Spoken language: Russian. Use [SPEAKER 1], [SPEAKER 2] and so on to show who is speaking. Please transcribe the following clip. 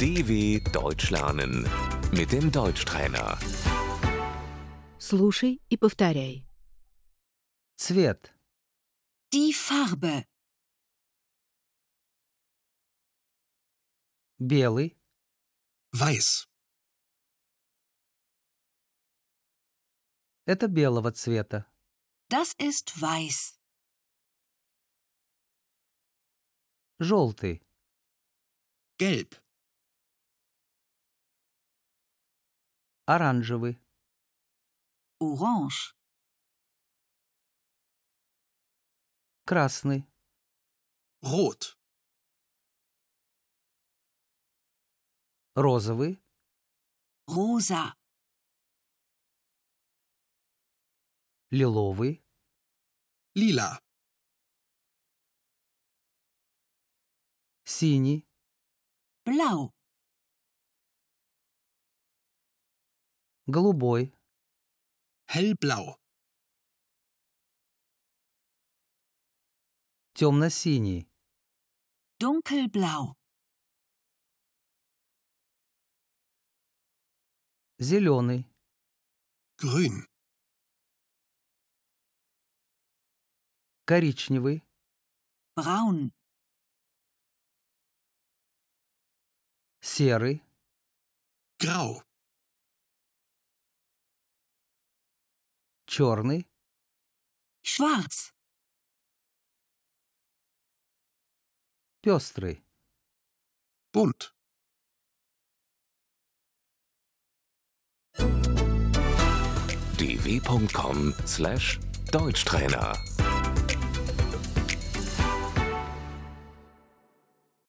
[SPEAKER 1] DW Deutsch lernen mit dem Deutschtrainer.
[SPEAKER 2] Слушай и повторяй.
[SPEAKER 3] Цвет.
[SPEAKER 4] Die Farbe.
[SPEAKER 3] Белый.
[SPEAKER 5] Weiß.
[SPEAKER 3] Это белого цвета.
[SPEAKER 4] Das ist weiß.
[SPEAKER 3] Желтый.
[SPEAKER 5] Gelb.
[SPEAKER 3] Оранжевый.
[SPEAKER 4] Orange.
[SPEAKER 3] Красный.
[SPEAKER 5] Rot.
[SPEAKER 3] Розовый.
[SPEAKER 4] Rosa.
[SPEAKER 3] Лиловый.
[SPEAKER 5] Lila.
[SPEAKER 3] Синий.
[SPEAKER 4] Blau.
[SPEAKER 3] Голубой.
[SPEAKER 5] Hellblau.
[SPEAKER 3] Темно-синий.
[SPEAKER 4] Dunkelblau.
[SPEAKER 3] Зеленый.
[SPEAKER 5] Grün.
[SPEAKER 3] Коричневый.
[SPEAKER 4] Braun.
[SPEAKER 3] Серый.
[SPEAKER 5] Grau.
[SPEAKER 3] Черный.
[SPEAKER 4] Schwarz.
[SPEAKER 3] Пестрый.
[SPEAKER 5] Bunt.
[SPEAKER 1] dw.com/deutschtrainer